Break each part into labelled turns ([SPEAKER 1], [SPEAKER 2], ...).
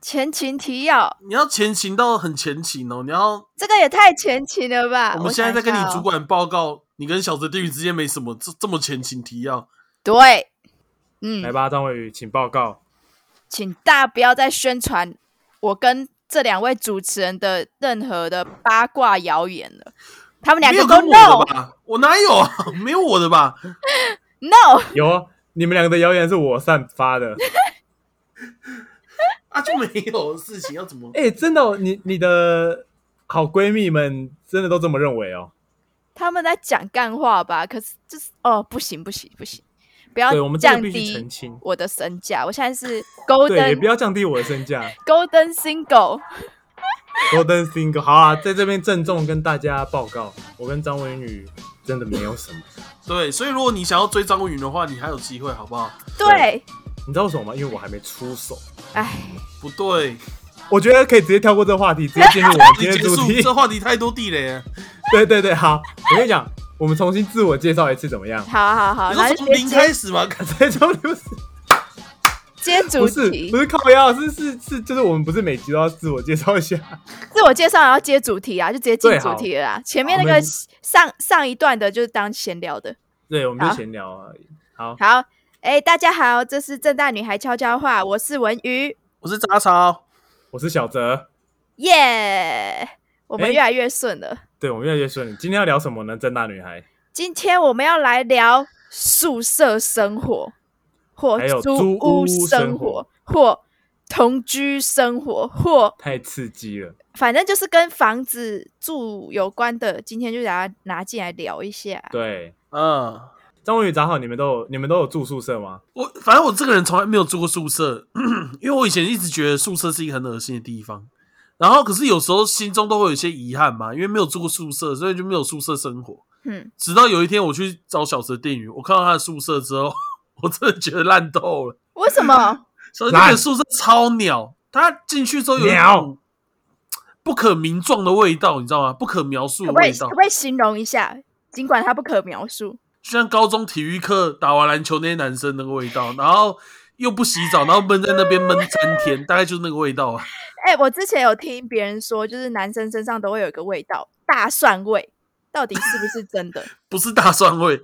[SPEAKER 1] 前情提要，
[SPEAKER 2] 你要前情到很前情哦，你要
[SPEAKER 1] 这个也太前情了吧？啊
[SPEAKER 2] 我
[SPEAKER 1] 我
[SPEAKER 2] 们现在在跟
[SPEAKER 1] 想一
[SPEAKER 2] 你
[SPEAKER 1] 下
[SPEAKER 2] 主
[SPEAKER 1] 哦。
[SPEAKER 2] 管报告，你跟小泽地狱之间没什么这这么前情提要。
[SPEAKER 1] 对，
[SPEAKER 3] 来
[SPEAKER 1] 嗯，
[SPEAKER 3] 吧，张伟宇，请报告。
[SPEAKER 1] 请大家不要再宣传我跟这两位主持人的任何的八卦谣言了。他们两
[SPEAKER 2] 没
[SPEAKER 1] 个
[SPEAKER 2] 有
[SPEAKER 1] 都
[SPEAKER 2] 跟我的
[SPEAKER 1] no
[SPEAKER 2] 吧？我哪有啊？ 没有我的吧？
[SPEAKER 1] no，
[SPEAKER 3] 有哦，你们两个的谣言是我散 发的。
[SPEAKER 2] 啊，就没有的事情 要怎么？
[SPEAKER 3] 哎、真的哦、你你的好闺蜜们真的都这么认为哦？
[SPEAKER 1] 他们在讲干话吧？可是就是哦，不行不行不行，不要
[SPEAKER 3] 对，我们真
[SPEAKER 1] 降
[SPEAKER 3] 的必须澄
[SPEAKER 1] 低
[SPEAKER 3] 清。
[SPEAKER 1] 我的身价。我现在 是
[SPEAKER 3] 对，也
[SPEAKER 1] golden
[SPEAKER 3] 不要降低我的 身价。
[SPEAKER 1] golden single。
[SPEAKER 3] Golden Single，好啊，在这边郑重跟大家报告，我跟张文宇真的没 有什么。
[SPEAKER 2] 对，所以如果你想要追张云的话，你还有机会，好不好？
[SPEAKER 1] 对，
[SPEAKER 3] 你知道为什么吗？因为我还没出手。
[SPEAKER 1] 哎，
[SPEAKER 2] 不对，
[SPEAKER 3] 我觉得可以直接跳过这个话题，直接进入我们
[SPEAKER 2] 你
[SPEAKER 3] 今天
[SPEAKER 2] 结
[SPEAKER 3] 的主
[SPEAKER 2] 束
[SPEAKER 3] 题。
[SPEAKER 2] 这话题太多地雷了。
[SPEAKER 3] 对对对，好，我跟你讲，我们重新自我介绍一次怎 么样？
[SPEAKER 1] 好好好，
[SPEAKER 2] 你
[SPEAKER 1] 那
[SPEAKER 2] 说
[SPEAKER 1] 就
[SPEAKER 2] 从
[SPEAKER 1] 直
[SPEAKER 2] 零
[SPEAKER 1] 接
[SPEAKER 2] 开始吗？
[SPEAKER 3] 直接就不是
[SPEAKER 1] 接主
[SPEAKER 3] 不是
[SPEAKER 1] 题
[SPEAKER 3] 不，是靠腰，是是是，就是我们不是每集都要自我介绍一下？
[SPEAKER 1] 自我介绍然后接主题啊，就直接进
[SPEAKER 3] 对
[SPEAKER 1] 主
[SPEAKER 3] 好
[SPEAKER 1] 题了啦。前面那
[SPEAKER 3] 我
[SPEAKER 1] 个
[SPEAKER 3] 们
[SPEAKER 1] 上上一段的就是当闲聊的。
[SPEAKER 3] 对，我们
[SPEAKER 1] 好
[SPEAKER 3] 就闲聊而已。好，
[SPEAKER 1] 好，哎，大家好，这是正大女孩悄悄话，我是文瑜，
[SPEAKER 2] 我是杂草，
[SPEAKER 3] 我是小泽，
[SPEAKER 1] 耶，我们
[SPEAKER 3] 哎
[SPEAKER 1] 越来越顺了。
[SPEAKER 3] 对我们越来越顺利。今天要聊什么呢？正大女孩，
[SPEAKER 1] 今天我们要来聊宿舍生活，或
[SPEAKER 3] 还有
[SPEAKER 1] 租
[SPEAKER 3] 租
[SPEAKER 1] 屋
[SPEAKER 3] 屋
[SPEAKER 1] 生
[SPEAKER 3] 生
[SPEAKER 1] 活
[SPEAKER 3] 活，
[SPEAKER 1] 或同居生活，或
[SPEAKER 3] 太刺激了。
[SPEAKER 1] 反正就是跟房子住有关的，今天就把它拿进来聊一下。
[SPEAKER 3] 对，
[SPEAKER 2] 嗯，
[SPEAKER 3] 张文宇找好，你们都有你们都有住宿舍 吗？
[SPEAKER 2] 我反正我这个人从来没有住过宿舍， 因为我以前一直觉得宿舍是一个很恶心的地方。然后，可是有时候心中都会有一些遗憾嘛，因为没有住过宿舍，所以就没有宿舍生活。
[SPEAKER 1] 嗯，
[SPEAKER 2] 直到有一天我去找小蛇店员，我看到他的宿舍之后， 我真的觉得烂透了。
[SPEAKER 1] 为什么？
[SPEAKER 2] 小蛇店员
[SPEAKER 3] 烂
[SPEAKER 2] 宿舍超鸟，他进去之后有一
[SPEAKER 3] 鸟
[SPEAKER 2] 种不可名状的味道，你知道吗？不可描述
[SPEAKER 1] 可
[SPEAKER 2] 的
[SPEAKER 1] 不可以
[SPEAKER 2] 味
[SPEAKER 1] 可
[SPEAKER 2] 道
[SPEAKER 1] 不，可以形容一下？尽管它不可描述，
[SPEAKER 2] 就像高中体育课打完篮球那些男生那个味道，然后又不洗澡，然后闷在那边闷三天，大概就是那个味道啊。
[SPEAKER 1] 哎、我之前有听别人说，就是男生身上都会有一个味道，大蒜味，到底是不是真的？
[SPEAKER 2] 不是大蒜味，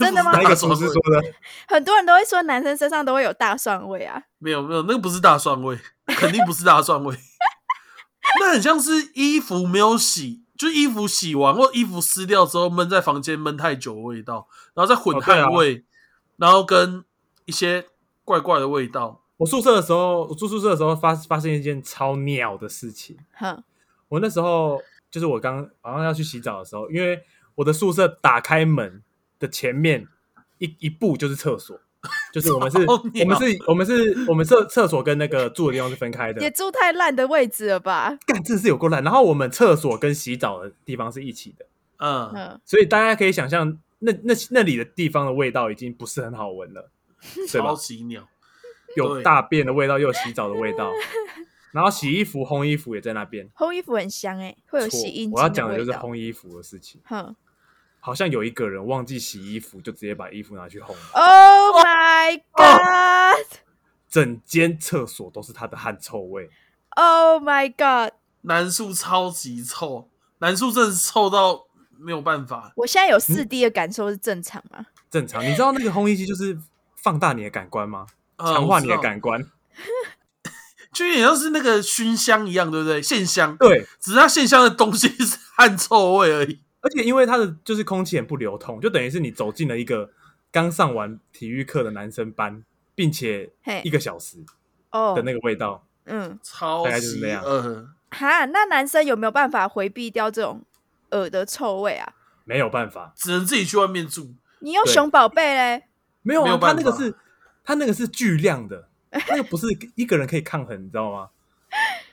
[SPEAKER 1] 真的吗
[SPEAKER 2] 那
[SPEAKER 3] 哪一
[SPEAKER 2] 不
[SPEAKER 3] 个
[SPEAKER 2] 是大
[SPEAKER 3] 厨
[SPEAKER 2] 蒜
[SPEAKER 3] 师
[SPEAKER 2] 味
[SPEAKER 3] 说的？
[SPEAKER 1] 很多人都会说男生身上都会有大蒜味啊。
[SPEAKER 2] 没有没有，那个不是大 蒜味，肯定不是大蒜味。那很像是衣服没有洗，就衣服洗完或衣服湿掉之后闷在房间闷太久的味道，然后再混
[SPEAKER 3] 哦对啊
[SPEAKER 2] 汗味，然后跟一些怪怪的味道。
[SPEAKER 3] 我宿舍的时候，我住宿舍的时候发发现一件超鸟的事情。
[SPEAKER 1] 哼，
[SPEAKER 3] 我那时候就是我刚好像要去洗澡的时候，因为我的宿舍打开门的前面一一步就是厕所，就是我们 是
[SPEAKER 2] 超
[SPEAKER 3] 我们是我们是我们厕厕所跟那个住的地方是分开的
[SPEAKER 1] 也，住太烂的位置了 吧？
[SPEAKER 3] 干真的是有够烂。然后我们厕所跟洗澡的地方是一起的，
[SPEAKER 2] 嗯，
[SPEAKER 1] 嗯，
[SPEAKER 3] 所以大家可以想象那那那里的地方的味道已经不是很好闻了，对吧
[SPEAKER 2] 超？级鸟。
[SPEAKER 3] 有
[SPEAKER 2] 对
[SPEAKER 3] 大便的味道，又有洗澡的 味道，然后洗衣服、烘衣服也在那边。
[SPEAKER 1] 烘衣服很香哎、会有
[SPEAKER 3] 错
[SPEAKER 1] 洗衣精
[SPEAKER 3] 我要讲的
[SPEAKER 1] 的
[SPEAKER 3] 就是
[SPEAKER 1] 味道
[SPEAKER 3] 烘衣服的事情。
[SPEAKER 1] 哼
[SPEAKER 3] 好像有一个人忘记洗衣服，就直接把衣服拿去烘，
[SPEAKER 1] ，Oh my
[SPEAKER 3] 哦
[SPEAKER 1] God，Oh
[SPEAKER 3] 整间厕所都是他的汗臭味。
[SPEAKER 1] Oh my God，
[SPEAKER 2] 男宿超级臭，男宿真的是臭到没有办法。
[SPEAKER 1] 我现在有四 D 的感受是正常吗？
[SPEAKER 3] 正常，你知道那个烘衣机就是放大你的感官吗？
[SPEAKER 2] 呃
[SPEAKER 3] 强化你的，
[SPEAKER 2] 我知
[SPEAKER 3] 感官。
[SPEAKER 2] 道就有点像是那个熏香一样，对不对？线香，
[SPEAKER 3] 对，
[SPEAKER 2] 只是它线香的东西是 汗臭味而已。
[SPEAKER 3] 而且因为它的就是空气很不流通，就等于是你走进了一个刚上完体育课的男生班，并且
[SPEAKER 1] 嘿
[SPEAKER 3] 一个小时
[SPEAKER 1] 哦、
[SPEAKER 3] 的那个味道。
[SPEAKER 1] 嗯，
[SPEAKER 2] 超
[SPEAKER 3] 大概就是
[SPEAKER 2] 级
[SPEAKER 3] 那样
[SPEAKER 2] 恶。
[SPEAKER 1] 哈，那男生有没有办法回避掉这种耳的臭味啊？
[SPEAKER 3] 没有办法，
[SPEAKER 2] 只能自己去外面住。
[SPEAKER 1] 你用
[SPEAKER 3] 对
[SPEAKER 1] 熊宝贝嘞？
[SPEAKER 3] 没有
[SPEAKER 2] 没
[SPEAKER 3] 啊，
[SPEAKER 2] 有
[SPEAKER 3] 他
[SPEAKER 2] 办法
[SPEAKER 3] 那个是，他那个是巨量的，那个不是一个人可以抗衡，你知道 吗？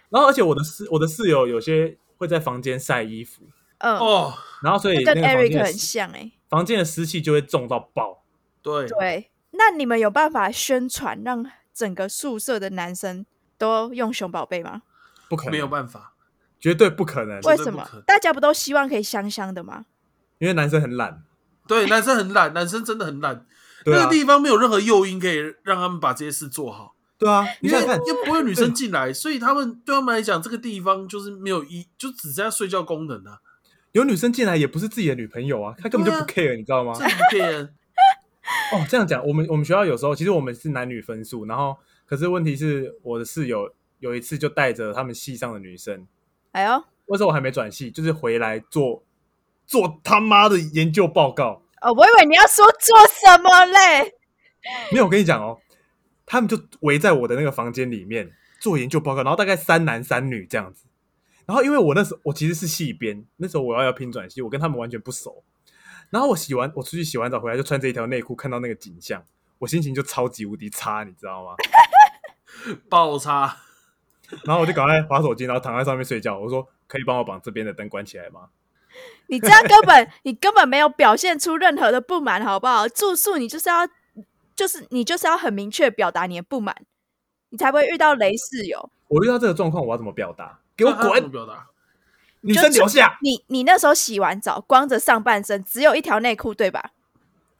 [SPEAKER 3] 然后，而且我的室我的室友有些会在房间晒衣服，
[SPEAKER 1] 嗯，
[SPEAKER 2] 哦，
[SPEAKER 3] 然后所以
[SPEAKER 1] 跟
[SPEAKER 3] 那个房间
[SPEAKER 1] Eric
[SPEAKER 3] 的
[SPEAKER 1] 很
[SPEAKER 3] 湿
[SPEAKER 1] 像哎、
[SPEAKER 3] 房间的湿气就会重到爆。
[SPEAKER 2] 对，
[SPEAKER 1] 对，那你们有办法宣传让整个宿舍的男生都用熊宝贝吗？
[SPEAKER 3] 不可能，
[SPEAKER 2] 没有办法，
[SPEAKER 3] 绝对不可能，
[SPEAKER 1] 为
[SPEAKER 2] 对
[SPEAKER 1] 什
[SPEAKER 2] 不
[SPEAKER 1] 么
[SPEAKER 2] 可能？
[SPEAKER 1] 大家不都希望可以香香的吗？
[SPEAKER 3] 因为男生很懒。
[SPEAKER 2] 对，男生很懒，男生真的很懒。
[SPEAKER 3] 对
[SPEAKER 2] 那
[SPEAKER 3] 啊
[SPEAKER 2] 个，地方没有任何诱因可以让他们把这些事做好。
[SPEAKER 3] 对啊，
[SPEAKER 2] 因
[SPEAKER 3] 你想
[SPEAKER 2] 为
[SPEAKER 3] 想看，
[SPEAKER 2] 又不会有女生进来，所以他们对他们来讲，这个地方就是没有一，就只剩下睡觉功能啊。
[SPEAKER 3] 有女生进来也不是自己的女朋友啊，她根本就不 care，、你知道吗？
[SPEAKER 2] 这一片
[SPEAKER 3] 哦，这样讲，我们我们学校有时候其实我们是男女分数，然后可是问题是我的室友有一次就带着他们系上的女生，
[SPEAKER 1] 哎呦，
[SPEAKER 3] 那时候我还没转系，就是回来做做他妈的研究报告。
[SPEAKER 1] 哦，我以为你要说做什么嘞？
[SPEAKER 3] 没有，我跟你讲哦，他们就围在我的那个房间里面做研究报告，然后大概三男三女这样子。然后因为我那时候我其实是系编，那时候我要要拼转系，我跟他们完全不熟。然后我洗完，我出去洗完澡回来就穿着一条内裤，看到那个景象，我心情就超级无敌差，你知道吗？
[SPEAKER 2] 爆差，
[SPEAKER 3] 然后我就赶快划手机，然后躺在上面睡觉。我说：“可以帮我把这边的灯关起来吗
[SPEAKER 1] 你这样根本你根本没有表现出任何的不满，好不好？住宿你就是要，就是你就是要很明确表达你的不满，你才不会遇到雷室友。？”
[SPEAKER 3] 我遇到这个状况，我要怎么表达？给我
[SPEAKER 2] 那他怎么
[SPEAKER 3] 滚！
[SPEAKER 2] 表达？
[SPEAKER 3] 女生留下。
[SPEAKER 1] 你你那时候洗完澡，光着上半身，只有一条内裤，对吧？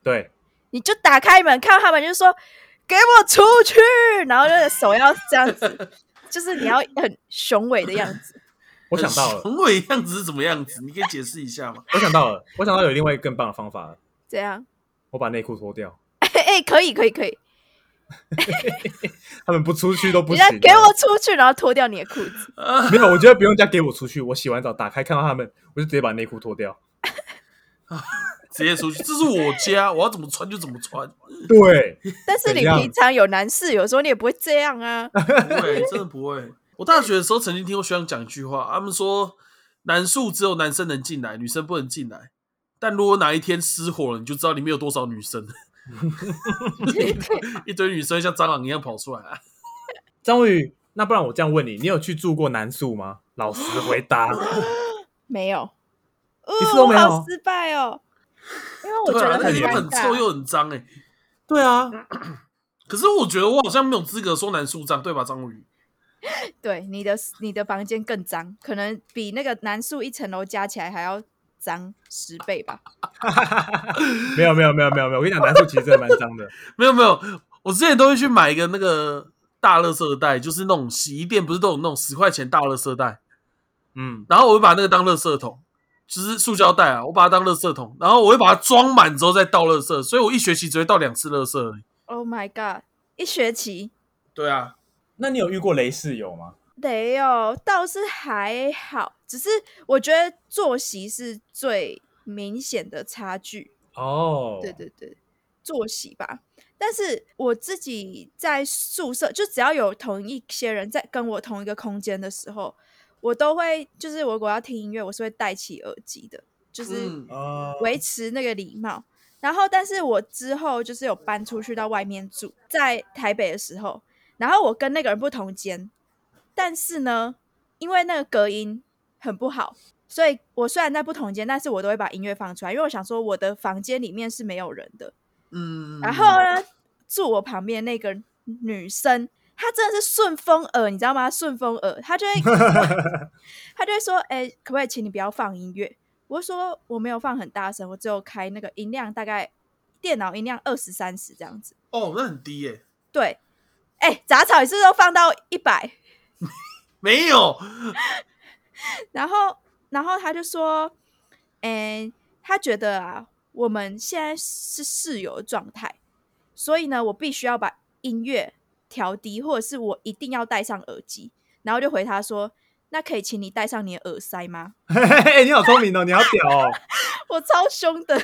[SPEAKER 3] 对，
[SPEAKER 1] 你就打开门看到他们，就说“给我出去”，然后就是手要这样 子，就是你要很雄伟的样子。
[SPEAKER 3] 我想到了，
[SPEAKER 2] 宏伟啊样子是怎么样子？你可以解释一下吗？
[SPEAKER 3] 我想到了，我想到有另外一个更棒的方法了，
[SPEAKER 1] 这样，
[SPEAKER 3] 我把内裤脱掉。
[SPEAKER 1] 哎、哎可以可以可以，
[SPEAKER 3] 他们不出去都不
[SPEAKER 1] 人
[SPEAKER 3] 行
[SPEAKER 1] 家
[SPEAKER 3] 啊。
[SPEAKER 1] 给我出去，然后脱掉你的裤子。
[SPEAKER 2] 啊，
[SPEAKER 3] 没有，我觉得不用加给我出去。我洗完澡打开看到他们，我就直接把内裤脱掉。
[SPEAKER 2] 直接出去，这是我家，我要怎么穿就怎么穿。
[SPEAKER 3] 对，
[SPEAKER 1] 但是你
[SPEAKER 3] 怎样
[SPEAKER 1] 平常有男室友的时候，你也不会这样啊。
[SPEAKER 2] 不 会，真的不会。我大学的时候曾经听过学长讲一句话，他们说男宿只有男生能进来，女生不能进来。但如果哪一天失火了，你就知道里面有多少 女生，一堆女生像蟑螂一样跑出来、啊。
[SPEAKER 3] 张文宇，那不然我这样问你，你有去住过男宿吗？老实回答，
[SPEAKER 1] 没有，哦
[SPEAKER 3] 一次都没有
[SPEAKER 1] 好失败哦。因为我
[SPEAKER 2] 对
[SPEAKER 1] 觉
[SPEAKER 2] 啊，
[SPEAKER 1] 得
[SPEAKER 2] 那个地
[SPEAKER 1] 尴
[SPEAKER 2] 方很
[SPEAKER 1] 尬
[SPEAKER 2] 臭又很脏哎、
[SPEAKER 3] 对啊，
[SPEAKER 2] 可是我觉得我好像没有资格说男宿脏，对吧，张宇？
[SPEAKER 1] 对你的你的房间更脏，可能比那个男宿一层楼加起来还要脏十倍吧。
[SPEAKER 3] 没有没有没有没有没有，我跟你讲，男宿其实真的蛮脏的。
[SPEAKER 2] 没有没有，我之前都会去买一个那个大垃圾袋，就是那种洗衣店不是都有那种十块钱大垃圾袋，
[SPEAKER 3] 嗯，
[SPEAKER 2] 然后我会把那个当垃圾桶，就是塑胶袋啊，我把它当垃圾桶，然后我会把它装满之后再倒垃圾，所以我一学期只会倒两次垃圾而已。
[SPEAKER 1] Oh my god！一学期
[SPEAKER 2] 对啊，
[SPEAKER 3] 那你有遇过雷室友吗？
[SPEAKER 1] 没有，倒是还好，只是我觉得作息是最明显的差距。
[SPEAKER 3] 哦，
[SPEAKER 1] 对，啊对对，作息吧。但是我自己在宿舍，就只要有同一些人在跟我同一个空间的时候，我都会就是我如果要听音乐，我是会戴起耳机的，就是
[SPEAKER 2] 嗯，
[SPEAKER 3] 哦，
[SPEAKER 1] 维持那个礼貌。然后，但是我之后就是有搬出去到外面住，在台北的时候，然后我跟那个人不同间，但是呢，因为那个隔音很不好，所以我虽然在不同间，但是我都会把音乐放出来，因为我想说我的房间里面是没有人的。
[SPEAKER 2] 嗯，
[SPEAKER 1] 然后呢，住我旁边那个女生，她真的是顺风耳，你知道吗？顺风耳，她就会她就会说：“哎、可不可以请你不要放音乐？”我就说：“我没有放很大声，我只有开那个音量，大概电脑音量二十三十这样子。
[SPEAKER 2] 哦，那很低耶、”
[SPEAKER 1] 对，哎、杂草也是都放到一百，
[SPEAKER 2] 没有，
[SPEAKER 1] 然后然后她就说：“哎、她觉得啊，我们现在是室友的状态，所以呢，我必须要把音乐调低，或者是我一定要戴上耳机。然后就回他说：“那可以请你戴上你的耳塞吗
[SPEAKER 3] 嘿嘿嘿，你好聪明哦，你好屌哦。？”
[SPEAKER 1] 我超凶的，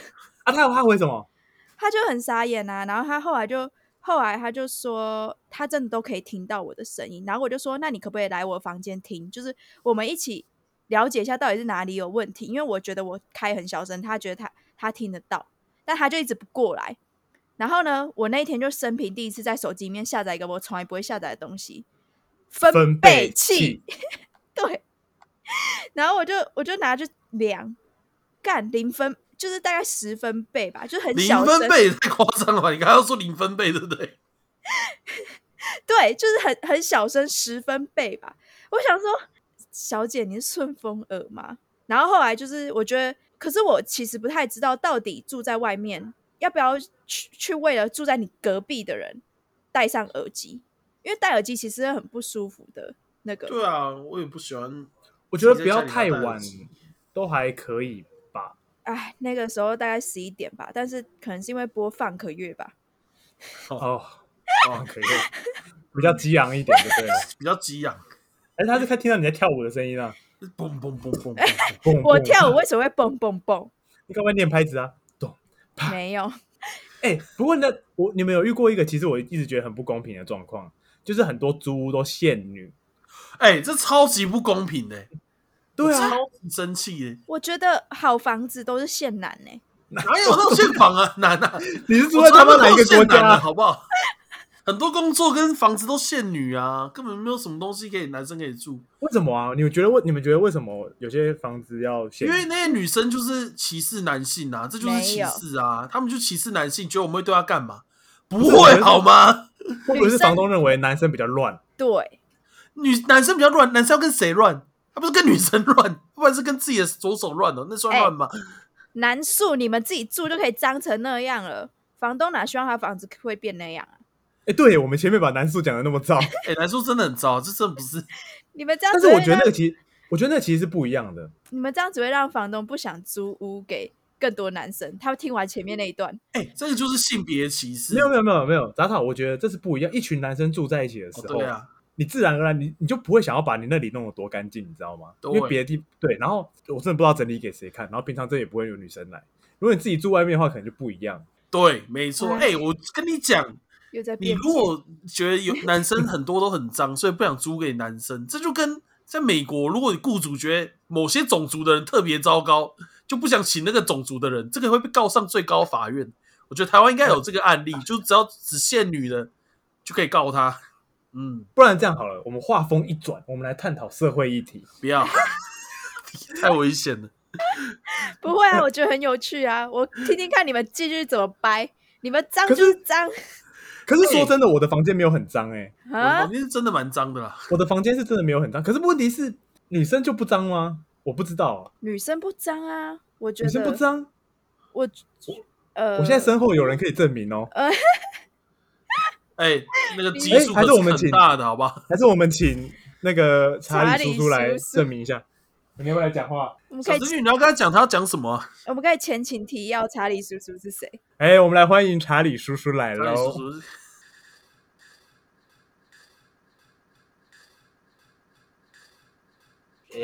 [SPEAKER 3] 啊，他他回什么？
[SPEAKER 1] 他就很傻眼啊。然后他后来就后来他就说，他真的都可以听到我的声音。然后我就说：“那你可不可以来我房间听？就是我们一起了解一下到底是哪里有问题。”因为我觉得我开很小声，他觉得他他听得到，但他就一直不过来。然后呢，我那一天就生平第一次在手机里面下载一个我从来不会下载的东西——分
[SPEAKER 3] 分
[SPEAKER 1] 贝
[SPEAKER 3] 贝
[SPEAKER 1] 器。，对，然后我就我就拿去量，干零分就是大概十分贝吧，就很
[SPEAKER 2] 零
[SPEAKER 1] 小
[SPEAKER 2] 分
[SPEAKER 1] 声，
[SPEAKER 2] 贝也太夸张了吧？你刚刚说零分贝对不对？
[SPEAKER 1] 对，就是很很小声，十分贝吧。我想说，小姐你是顺风耳吗？然后后来就是我觉得，可是我其实不太知道到底住在外面要不要去去为了住在你隔壁的人戴上耳机，因为戴耳机其实很不舒服的那个。
[SPEAKER 2] 对啊，我也不喜欢。
[SPEAKER 3] 我觉得不要太晚
[SPEAKER 2] 自己在家里戴耳机，
[SPEAKER 3] 都还可以吧。
[SPEAKER 1] 哎，那个时候大概十一点吧，但是可能是因为播放可乐吧。
[SPEAKER 3] 哦，
[SPEAKER 2] 哦
[SPEAKER 3] 可以，比较激昂一点就对了。
[SPEAKER 2] 比较激昂，
[SPEAKER 3] 哎，他是看听到你在跳舞的声音啊，
[SPEAKER 2] 嘣嘣嘣嘣嘣，
[SPEAKER 3] 蹦
[SPEAKER 1] 我
[SPEAKER 3] 蹦
[SPEAKER 1] 跳舞为什么会蹦蹦蹦？
[SPEAKER 3] 你干嘛念拍子啊？咚。
[SPEAKER 1] 没有，
[SPEAKER 3] 哎，不过呢，我你们有遇过一个其实我一直觉得很不公平的状况，就是很多租屋都限女。
[SPEAKER 2] 哎，这超级不公平的，
[SPEAKER 3] 对
[SPEAKER 2] 我
[SPEAKER 3] 啊，
[SPEAKER 2] 超级生气的，
[SPEAKER 1] 我觉得好房子都是限男欸呢、
[SPEAKER 2] 哪有那种现房啊，难 啊！
[SPEAKER 3] 你是住
[SPEAKER 2] 我
[SPEAKER 3] 在他
[SPEAKER 2] 从
[SPEAKER 3] 妈
[SPEAKER 2] 来
[SPEAKER 3] 哪
[SPEAKER 2] 没
[SPEAKER 3] 一
[SPEAKER 2] 有
[SPEAKER 3] 个
[SPEAKER 2] 限
[SPEAKER 3] 国
[SPEAKER 2] 男
[SPEAKER 3] 家
[SPEAKER 2] 的
[SPEAKER 3] 啊？
[SPEAKER 2] 好不好？很多工作跟房子都限女啊，根本没有什么东西可以男生可以住，
[SPEAKER 3] 为什么啊？你们觉得为你们觉得为什么有些房子要限
[SPEAKER 2] 因
[SPEAKER 3] 女？
[SPEAKER 2] 为那些女生就是歧视男性啊，这就是
[SPEAKER 1] 没
[SPEAKER 2] 歧
[SPEAKER 1] 有
[SPEAKER 2] 视啊，他们就歧视男性，觉得我们会对他干嘛？不
[SPEAKER 3] 是我觉
[SPEAKER 2] 会
[SPEAKER 3] 得
[SPEAKER 2] 好吗？
[SPEAKER 3] 会不会是
[SPEAKER 1] 女生
[SPEAKER 3] 房东认为男生比较乱？
[SPEAKER 1] 对，
[SPEAKER 2] 女男生比较乱，男生要跟谁乱？他不是跟女生乱，不然是跟自己的左手乱哦，那算乱吗？
[SPEAKER 1] 男宿你们自己住就可以脏成那样了，房东哪希望他房子会变那样啊？
[SPEAKER 3] 哎，对我们前面把男宿讲的那么糟，
[SPEAKER 2] 哎、来说真的很糟，这真的不是。
[SPEAKER 1] 你们这样
[SPEAKER 3] 但
[SPEAKER 1] 子会
[SPEAKER 3] 是我
[SPEAKER 1] 让，
[SPEAKER 3] 觉得那个其实，我觉得那个其实是不一样的。
[SPEAKER 1] 你们这样只会让房东不想租屋给更多男生。他听完前面那一段，
[SPEAKER 2] 哎、这个就是性别歧视。
[SPEAKER 3] 没有没有没有没有，杂草，我觉得这是不一样。一群男生住在一起的时
[SPEAKER 2] 哦
[SPEAKER 3] 候，
[SPEAKER 2] 对啊，
[SPEAKER 3] 你自然而然你你就不会想要把你那里弄得多干净，你知道吗？
[SPEAKER 2] 对
[SPEAKER 3] 因为别的地对，然后我真的不知道整理给谁看，然后平常这也不会有女生来。如果你自己住外面的话，可能就不一样。
[SPEAKER 2] 对，没错。
[SPEAKER 3] 嗯
[SPEAKER 2] 哎、我跟你讲，
[SPEAKER 1] 又 在
[SPEAKER 2] 你
[SPEAKER 1] 变
[SPEAKER 2] 如果觉得有男生很多都很脏，所以不想租给男生，这就跟在美国，如果你雇主觉得某些种族的人特别糟糕，就不想请那个种族的人，这个会被告上最高法院。我觉得台湾应该有这个案例，就只要只限女的就可以告他。嗯，
[SPEAKER 3] 不然这样好了，我们话锋一转，我们来探讨社会议题。
[SPEAKER 2] 不要，太危险了。
[SPEAKER 1] 不会啊，我觉得很有趣啊，我听听看你们继续怎么掰。你们脏
[SPEAKER 3] 可
[SPEAKER 1] 就是是脏
[SPEAKER 3] 可是说真的，我的房间没有很脏哎、
[SPEAKER 2] 我
[SPEAKER 1] 啊
[SPEAKER 2] 房！间是真的蛮脏的啦，
[SPEAKER 3] 我的房间是真的没有很脏。可是问题是，女生就不脏吗？我不知道，啊
[SPEAKER 1] 女生不脏啊，我觉
[SPEAKER 3] 女生不
[SPEAKER 1] 得
[SPEAKER 3] 脏。
[SPEAKER 1] 我呃，
[SPEAKER 3] 我现在身后有人可以证明哦。
[SPEAKER 2] 哎、那个基
[SPEAKER 3] 哎
[SPEAKER 2] 数
[SPEAKER 3] 还是
[SPEAKER 2] 可
[SPEAKER 3] 我们
[SPEAKER 2] 很
[SPEAKER 3] 请
[SPEAKER 2] 大的，好吧？
[SPEAKER 3] 还是我们请那个查
[SPEAKER 1] 查
[SPEAKER 3] 理
[SPEAKER 1] 理
[SPEAKER 3] 叔叔来
[SPEAKER 1] 叔叔
[SPEAKER 3] 证明一下？你要不要来讲话？
[SPEAKER 1] 我们可
[SPEAKER 2] 小
[SPEAKER 1] 以
[SPEAKER 2] 侄女，你要跟他讲，他要讲什么啊？
[SPEAKER 1] 我们可以前情提要查理叔叔是谁？
[SPEAKER 3] 哎、我们来欢迎查理叔叔来
[SPEAKER 2] 查理叔
[SPEAKER 3] 喽！
[SPEAKER 2] 叔，
[SPEAKER 4] 哎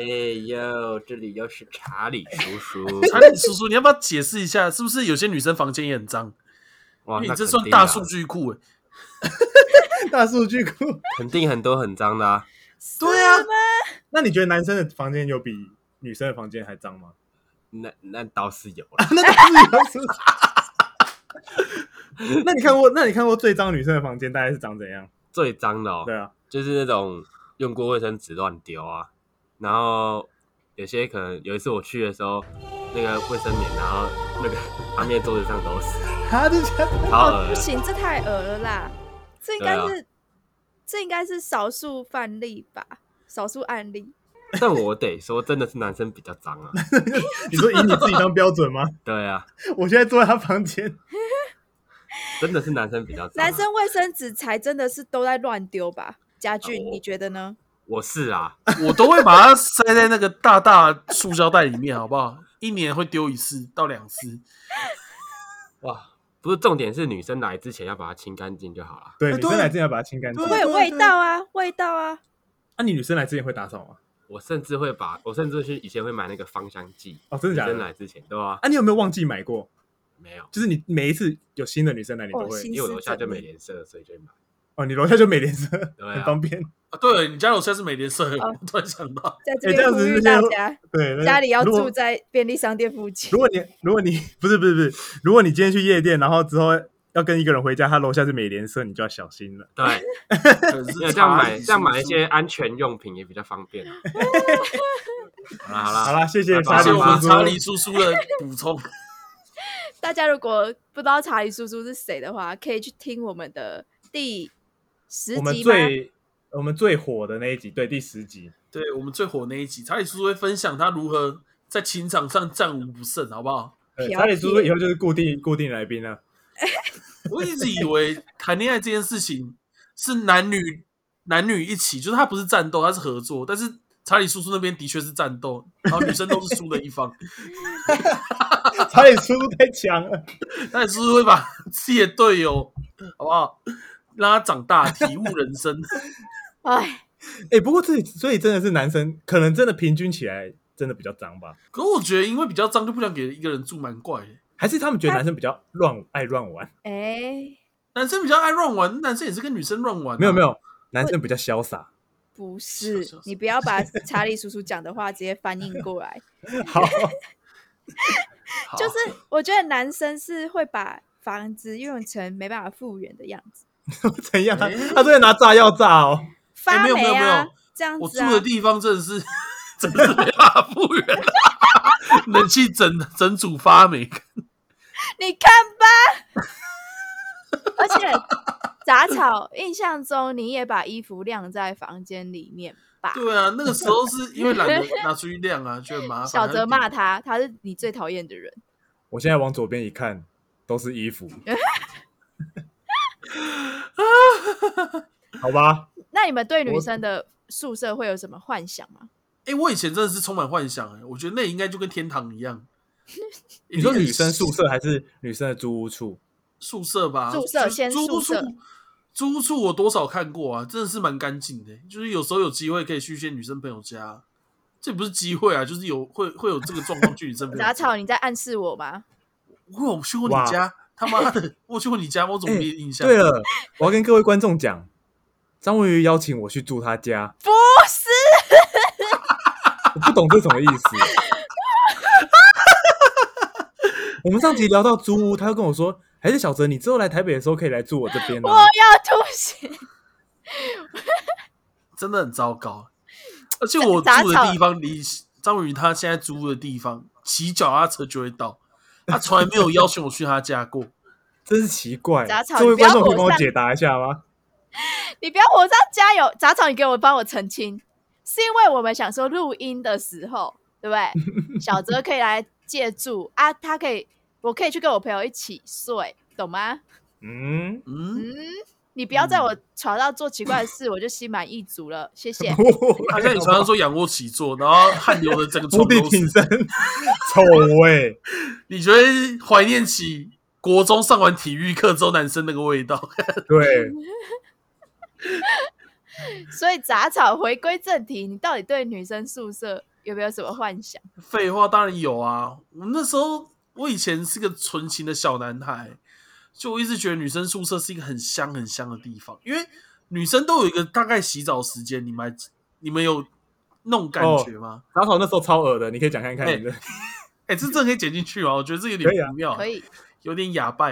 [SPEAKER 4] 呦，这里又是查理叔叔，
[SPEAKER 2] 查理叔叔，你要不要解释一下，是不是有些女生房间也很脏？
[SPEAKER 4] 哇，
[SPEAKER 2] 因为
[SPEAKER 4] 那
[SPEAKER 2] 你这
[SPEAKER 4] 肯
[SPEAKER 2] 算
[SPEAKER 4] 定
[SPEAKER 2] 大
[SPEAKER 4] 啊
[SPEAKER 2] 数，据库哎、
[SPEAKER 3] 大数据库。
[SPEAKER 4] 肯定很多很脏的啊，
[SPEAKER 2] 对啊
[SPEAKER 1] 是吗
[SPEAKER 3] 那你觉得男生的房间有比女生的房间还脏吗？
[SPEAKER 4] 那那倒是有了，
[SPEAKER 3] 那当是有。那你看过？那你看过最脏女生的房间大概是长怎样？
[SPEAKER 4] 最脏 的哦，
[SPEAKER 3] 对啊，
[SPEAKER 4] 就是那种用过卫生纸乱丢啊，然后有些可能有一次我去的时候，那个卫生棉，然后那个 旁边桌子上都是，
[SPEAKER 3] 他就觉得
[SPEAKER 4] 好啊恶
[SPEAKER 1] 哦， 不行，这太恶了啦！这应该是、这应该是少数范例吧，少数案例。
[SPEAKER 4] 但我得说，真的是男生比较脏啊，
[SPEAKER 3] 你说以你自己当标准吗？
[SPEAKER 4] 对啊，
[SPEAKER 3] 我现在坐在他房间，
[SPEAKER 4] 真的是男生比较脏啊、
[SPEAKER 1] 男生卫生纸才真的是都在乱丢吧？家具、
[SPEAKER 4] 哦
[SPEAKER 1] 你觉得呢？
[SPEAKER 4] 我是啊，
[SPEAKER 2] 我都会把它塞在那个大大塑胶袋里面，好不好？一年会丢一次到两次。
[SPEAKER 4] 哇，不是重点是女生来之前要把它清干净就好了，
[SPEAKER 3] 对
[SPEAKER 2] 哎
[SPEAKER 3] 女生
[SPEAKER 2] 对
[SPEAKER 3] 来之前要把它清干净。
[SPEAKER 1] 会
[SPEAKER 2] 对
[SPEAKER 3] 那、
[SPEAKER 1] 有
[SPEAKER 2] 对
[SPEAKER 1] 味
[SPEAKER 2] 对
[SPEAKER 1] 道啊，味道啊！
[SPEAKER 3] 你女生来之前会打扫吗？
[SPEAKER 4] 我甚至会把我甚至是以前会买那个芳香剂。
[SPEAKER 3] 哦，真的
[SPEAKER 4] 女
[SPEAKER 3] 假
[SPEAKER 4] 生
[SPEAKER 3] 的？
[SPEAKER 4] 来之前，对吧、
[SPEAKER 3] 啊，你有没有忘记买过？
[SPEAKER 4] 没有，
[SPEAKER 3] 就是你每一次有新的女生来，你都
[SPEAKER 1] 哦，
[SPEAKER 3] 会
[SPEAKER 1] 心
[SPEAKER 4] 因为我楼
[SPEAKER 1] 思
[SPEAKER 4] 下就
[SPEAKER 1] 缜
[SPEAKER 4] 美
[SPEAKER 1] 密。
[SPEAKER 4] 联社，所以就买。
[SPEAKER 3] 哦，你楼下就美联社，
[SPEAKER 4] 对啊
[SPEAKER 3] 很方便。
[SPEAKER 2] 啊，对了，你家楼下是美联社，
[SPEAKER 1] 哦
[SPEAKER 2] 我突然想到，
[SPEAKER 1] 在这
[SPEAKER 3] 哎这
[SPEAKER 1] 边
[SPEAKER 3] 样
[SPEAKER 1] 呼
[SPEAKER 3] 子
[SPEAKER 1] 吁
[SPEAKER 3] 是
[SPEAKER 1] 大
[SPEAKER 3] 要
[SPEAKER 1] 家，
[SPEAKER 3] 对，那
[SPEAKER 1] 家里要
[SPEAKER 3] 如果
[SPEAKER 1] 住在便利商店附近
[SPEAKER 3] 如。果你如果你不是不是不是，如果你今天去夜店，然后之后要跟一个人回家，他楼下是美联社，你就要小心了。
[SPEAKER 4] 对，
[SPEAKER 2] 可能是
[SPEAKER 4] 因为这样
[SPEAKER 2] 查
[SPEAKER 4] 买
[SPEAKER 2] 理叔叔
[SPEAKER 4] 这样买一些安全用品也比较方便啊。好啦好啦，
[SPEAKER 3] 好啦，谢谢
[SPEAKER 4] 拜
[SPEAKER 3] 查
[SPEAKER 4] 拜
[SPEAKER 2] 谢
[SPEAKER 3] 理
[SPEAKER 2] 谢我
[SPEAKER 3] 叔
[SPEAKER 2] 们
[SPEAKER 3] 叔。
[SPEAKER 2] 查理叔叔的补充。
[SPEAKER 1] 大家如果不知道查理叔叔是谁的话，可以去听我们的第十
[SPEAKER 3] 我们
[SPEAKER 1] 集吧。
[SPEAKER 3] 最我们最火的那一集，对，第十集。
[SPEAKER 2] 对我们最火那一集，查理叔叔会分享他如何在情场上战无不胜，好不好？
[SPEAKER 3] 对，
[SPEAKER 1] 了
[SPEAKER 3] 查理叔叔
[SPEAKER 1] 解
[SPEAKER 3] 以后就是固定固定来宾了。
[SPEAKER 2] 我一直以为谈恋爱这件事情是男女男女一起，就是他不是战斗，他是合作。但是查理叔叔那边的确是战斗，然后女生都是输的一方。
[SPEAKER 3] 查理叔叔太强了，
[SPEAKER 2] 但是会把自己的队友，好不好？让他长大，体悟人生。
[SPEAKER 1] 哎，
[SPEAKER 3] 哎、不过这里所以真的是男生，可能真的平均起来真的比较脏吧？
[SPEAKER 2] 可我觉得，因为比较脏，就不想给一个人住，蛮怪的。
[SPEAKER 3] 还是他们觉得男生比较乱爱乱玩？
[SPEAKER 1] 哎，
[SPEAKER 2] 男生比较爱乱玩，男生也是跟女生乱玩、啊
[SPEAKER 3] 没有没，
[SPEAKER 1] 啊
[SPEAKER 3] 有，男生比较潇洒。
[SPEAKER 1] 不是
[SPEAKER 2] 是，
[SPEAKER 1] 你不要把查理叔叔讲的话直接翻译过来。
[SPEAKER 3] 好，
[SPEAKER 2] 好
[SPEAKER 1] 就是我觉得男生是会把房子用成没办法复原的样子，
[SPEAKER 3] 怎样啊？他真的拿炸药炸哦！
[SPEAKER 1] 发
[SPEAKER 2] 哎没有没有
[SPEAKER 1] 霉
[SPEAKER 2] 没有
[SPEAKER 1] 啊，这样
[SPEAKER 2] 我住
[SPEAKER 1] 子啊。
[SPEAKER 2] 的地方真的是 真的是没办法复原， 冷气整整组发霉。
[SPEAKER 1] 你看吧。 而且 杂草，印象中你也把衣服晾在房间里面吧？
[SPEAKER 2] 对啊，那个时候是因为懒得拿出去晾啊，觉得麻烦。
[SPEAKER 1] 小泽骂他，他是你最讨厌的人。
[SPEAKER 3] 我现在往左边一看，都是衣 服。好吧，
[SPEAKER 1] 那你们对女
[SPEAKER 3] 我
[SPEAKER 1] 生的宿舍会有什么幻想吗？
[SPEAKER 2] 哎、我以前真的是充满幻想哎、我觉得那应该就跟天堂 一样。
[SPEAKER 3] 你说女生宿舍还是女生的租屋处？
[SPEAKER 2] 宿舍吧，
[SPEAKER 1] 宿舍
[SPEAKER 2] 就是
[SPEAKER 1] 先
[SPEAKER 2] 租
[SPEAKER 1] 宿舍
[SPEAKER 2] 处，租处我多少看过啊，真的是蛮干净的、就是有时候有机会可以去一些女生朋友家，这不是机会啊，就是有会会有这个状况去女生朋 友
[SPEAKER 1] 杂
[SPEAKER 2] 家。
[SPEAKER 1] 草，你在暗示我吗？
[SPEAKER 2] 我有去过你家，他妈的，我有去过你家，我怎么没印象？
[SPEAKER 3] 对啊了，我要跟各位观众讲，张文宇邀请我去住他家，
[SPEAKER 1] 不是，
[SPEAKER 3] 我不懂这什么意 思。我们上集聊到租屋，他又跟我说，还是小哲，你之后来台北的时候可以来住我这边、
[SPEAKER 1] 我
[SPEAKER 3] 啊。
[SPEAKER 1] 要吐血。
[SPEAKER 2] 真的很糟糕。而且我
[SPEAKER 1] 杂
[SPEAKER 2] 住的
[SPEAKER 1] 草
[SPEAKER 2] 地方离张宇他现在租的地方，骑脚踏车就会到。他从来没有邀请我去他家过。
[SPEAKER 3] 真是奇怪欸
[SPEAKER 1] 杂，草
[SPEAKER 3] 这位
[SPEAKER 1] 你不要
[SPEAKER 3] 观众可以
[SPEAKER 1] 火
[SPEAKER 3] 帮我
[SPEAKER 1] 上
[SPEAKER 3] 解答一下吗？
[SPEAKER 1] 你不要火上加油，杂草，你给我帮我澄清，是因为我们想说录音的时候，对不对？小泽可以来借住啊，他可以，我可以去跟我朋友一起睡，懂吗？
[SPEAKER 3] 嗯，
[SPEAKER 2] 嗯，
[SPEAKER 1] 嗯，你不要在我床上做奇怪的事，我就心满意足了，谢 谢。
[SPEAKER 2] 他在你床上说仰卧起坐，然后汗流的整 个
[SPEAKER 3] 伏
[SPEAKER 2] 床
[SPEAKER 3] 地
[SPEAKER 2] 都
[SPEAKER 3] 挺
[SPEAKER 2] 是。
[SPEAKER 3] 身，丑欸味。
[SPEAKER 2] 你觉得怀念起国中上完体育课之后男生那个味道？
[SPEAKER 3] 对，
[SPEAKER 1] 所以杂草，回归正题，你到底对女生宿舍有没有什么幻想？
[SPEAKER 2] 废话当然有啊！我那时候我以前是个纯情的小男孩，就我一直觉得女生宿舍是一个很香很香的地方，因为女生都有一个大概洗澡时间，你们还你们有那种感觉吗？
[SPEAKER 3] 杂草那时候超恶的，你可以讲看看
[SPEAKER 2] 哎
[SPEAKER 3] 你的。
[SPEAKER 2] 哎、这真的可以剪进去吗？我觉得这有
[SPEAKER 3] 可以
[SPEAKER 2] 点
[SPEAKER 3] 啊
[SPEAKER 2] 不妙、
[SPEAKER 1] 可以，
[SPEAKER 2] 有点哑巴。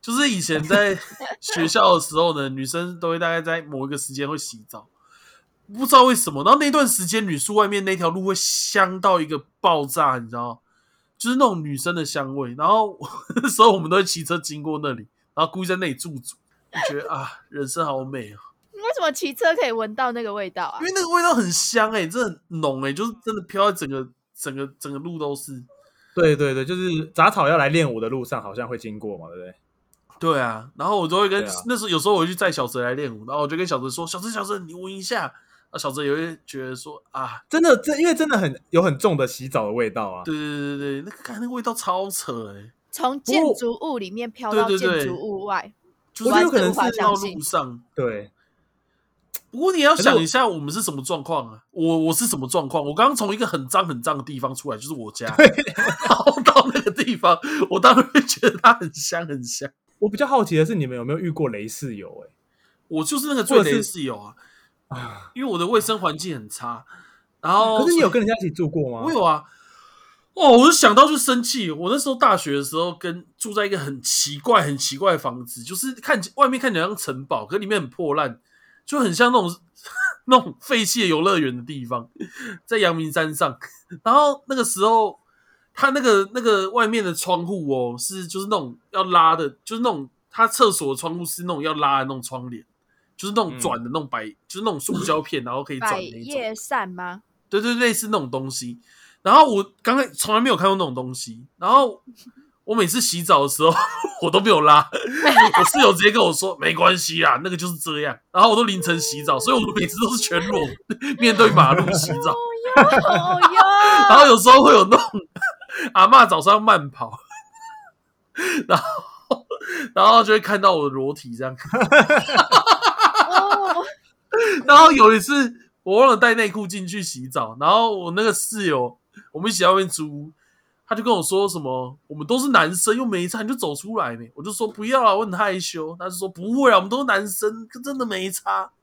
[SPEAKER 2] 就是以前在学校的时候呢，女生都会大概在某一个时间会洗澡，不知道为什么。然后那段时间，女宿外面那条路会香到一个爆炸，你知道吗？就是那种女生的香味。然后那时候我们 都会骑车经过那里，然后故意在那里驻足，就觉得啊，人生好美啊！
[SPEAKER 1] 为什么骑车可以闻到那个味道啊
[SPEAKER 2] 因？为那个味道很香哎、真的很浓哎、就是真的飘在整个整个整个路都是。
[SPEAKER 3] 对对对，就是杂草要来练舞的路上，好像会经过嘛，对不对？
[SPEAKER 2] 对啊，然后我都会跟、
[SPEAKER 3] 对啊
[SPEAKER 2] 那时候有时候我会去载小哲来练舞，然后我就跟小哲说：“小哲，小哲，你闻一下。”啊，小哲也会觉得说：“啊，
[SPEAKER 3] 真的，这因为真的很有很重的洗澡的味道啊。
[SPEAKER 2] 对对对对，那个看那个味道超扯哎、
[SPEAKER 1] 从
[SPEAKER 3] 不
[SPEAKER 1] 建
[SPEAKER 3] 过
[SPEAKER 1] 筑物里面飘
[SPEAKER 2] 对
[SPEAKER 1] 到
[SPEAKER 2] 对
[SPEAKER 1] 建
[SPEAKER 2] 对
[SPEAKER 1] 筑物外，
[SPEAKER 2] 就是
[SPEAKER 3] 我觉得有可
[SPEAKER 2] 完全
[SPEAKER 3] 能
[SPEAKER 2] 无法
[SPEAKER 1] 是
[SPEAKER 2] 到路上。
[SPEAKER 3] 对，
[SPEAKER 2] 不过你要
[SPEAKER 3] 可是我
[SPEAKER 2] 想一下，我们是什么状况啊？我我是什么状况？我刚刚从一个很脏很脏的地方出来，就是我家，然后到那个地方，我当然会觉得它很香很香。
[SPEAKER 3] 我比较好奇的是，你们有没有遇过雷室友、欸？
[SPEAKER 2] 我就是那个最
[SPEAKER 3] 或
[SPEAKER 2] 雷
[SPEAKER 3] 者是
[SPEAKER 2] 的室友啊，
[SPEAKER 3] 哎啊，
[SPEAKER 2] 因为我的卫生环境很差。然后，
[SPEAKER 3] 可是你有跟人家一起住过吗？
[SPEAKER 2] 我有啊。哦，我就想到就生气。我那时候大学的时候，跟住在一个很奇怪、很奇怪的房子，就是看起外面看起来像城堡，可里面很破烂，就很像那种 那种废弃的游乐园的地方，在阳明山上。然后那个时候，他那个那个外面的窗户哦，是就是那种要拉的，就是那种他厕所的窗户是那种要拉的那种窗帘，就是那种
[SPEAKER 3] 嗯
[SPEAKER 2] 转的那种白，就是那种塑胶片，然后可以转
[SPEAKER 1] 百
[SPEAKER 2] 的那种。
[SPEAKER 1] 叶扇吗？
[SPEAKER 2] 对对，类似那种东西。然后我刚才从来没有看过那种东西，然后我每次洗澡的时候， 我都被我拉。我室友直接跟我说：“没关系啦，那个就是这样。”然后我都凌晨洗澡，所以我每次都是全裸面对马路洗澡。
[SPEAKER 1] 哦 哟，
[SPEAKER 2] 然后有时候会有那种阿嬷早上慢跑， 然后然后就会看到我的裸体这样。
[SPEAKER 1] 哦，
[SPEAKER 2] 然后有一次我忘了带内裤进去洗澡，然后我那个室友，我们一起在外面租屋，他就跟我说什么，我们都是男生又没差，你就走出来没？我就说不要啊，我很害羞。他就说不会啊，我们都是男生，真的没差。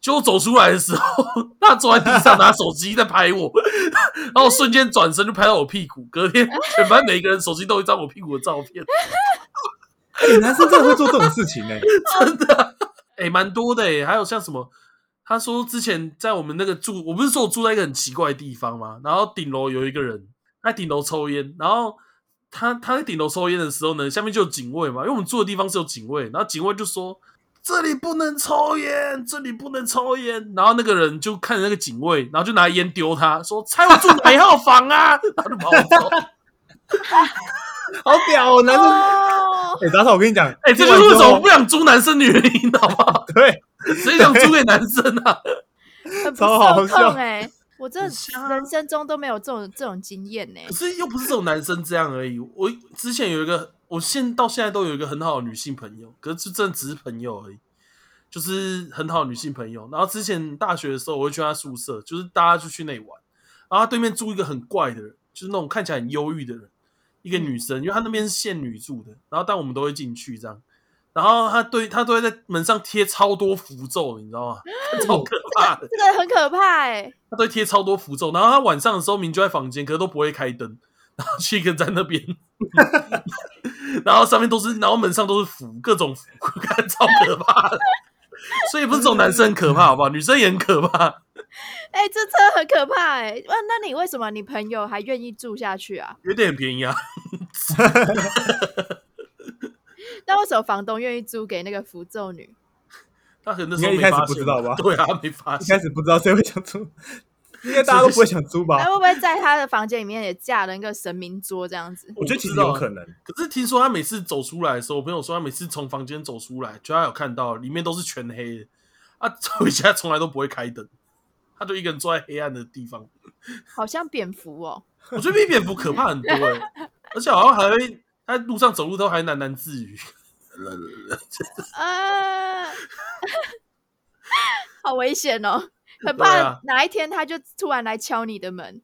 [SPEAKER 2] 就走出来的时候，他坐在地上拿手机在拍我， 然后我瞬间转身就拍到我屁股。隔天全班每一个人手机都有一张我屁股的照片，
[SPEAKER 3] 欸男生真的会做这种事 情呢、欸
[SPEAKER 2] 哎、蛮多的哎、还有像什么，他说之前在我们那个住，我不是说我住在一个很奇怪的地方嘛，然后顶楼有一个人他在顶楼抽烟，然后他他在顶楼抽烟的时候呢，下面就有警卫嘛，因为我们住的地方是有警卫，然后警卫就说这里不能抽烟，这里不能抽烟，然后那个人就看着那个警卫，然后就拿烟丢他，说猜我住哪一号房啊， 然后就跑走。
[SPEAKER 3] 好屌哦，男生！
[SPEAKER 1] 哦，
[SPEAKER 3] 哎、欸，达嫂，我跟你讲，
[SPEAKER 2] 哎、这 就是为什么我不想租男生女人，你知道吗？
[SPEAKER 3] 对，
[SPEAKER 2] 谁想租给男生啊？
[SPEAKER 1] 很不
[SPEAKER 3] 超好
[SPEAKER 1] 受
[SPEAKER 3] 笑
[SPEAKER 1] 控哎、我这人生中都没有这种这种经验呢、欸
[SPEAKER 2] 可是又不是只有男生这样而已。我之前有一个，我现到现在都有一个很好的女性朋友，可是就真的只是朋友而已，就是很好的女性朋友。然后之前大学的时候，我会去她宿舍，就是大家就去那里玩。然后她对面住一个很怪的人，就是那种看起来很忧郁的人，一个女生，因为她那边是限女住的。然后但我们都会进去这样。然后她对她都会在门上贴超多符咒，你知道吗？超可怕的。
[SPEAKER 1] 这个很可怕哎、
[SPEAKER 2] 他都会贴超多符咒，然后他晚上的时候明明就在房间，可是都不会开灯，然后去一个在那 边，然后上面都是，然后门上都是符，各种符， 看超可怕的。所以不是这种男生很可怕，好不好？女生也很可怕，
[SPEAKER 1] 哎、这真的很可怕哎、哇，那你为什么你朋友还愿意住下去啊？
[SPEAKER 2] 有点便宜啊。
[SPEAKER 1] 那为什么房东愿意租给那个符咒女？
[SPEAKER 2] 他可能那时候
[SPEAKER 3] 应该
[SPEAKER 2] 没
[SPEAKER 3] 一开始
[SPEAKER 2] 发
[SPEAKER 3] 不
[SPEAKER 2] 现
[SPEAKER 3] 知道吧
[SPEAKER 2] 对啊，没发
[SPEAKER 3] 一开
[SPEAKER 2] 现。
[SPEAKER 3] 始不知道谁会想租，应该大家都不会想租
[SPEAKER 1] 那
[SPEAKER 3] 吧？
[SPEAKER 1] 会不会在他的房间里面也架了一个神明桌这样子？
[SPEAKER 3] 我觉得其
[SPEAKER 2] 我
[SPEAKER 3] 实
[SPEAKER 2] 不知道
[SPEAKER 3] 有
[SPEAKER 2] 啊
[SPEAKER 3] 可能，
[SPEAKER 2] 可是听说他每次走出来的时候，我朋友说他每次从房间走出来，就他有看到里面都是全黑的，啊， 回家从来都不会开灯，他就一个人坐在黑暗的地方。
[SPEAKER 1] 好像蝙蝠哦，
[SPEAKER 2] 我觉得比蝙蝠可怕很多哎、而且好像还会在路上走路都还喃喃自语。
[SPEAKER 1] 呃， 好危险哦，很
[SPEAKER 2] 对
[SPEAKER 1] 怕
[SPEAKER 2] 啊
[SPEAKER 1] 哪一天他就突然来敲你的门，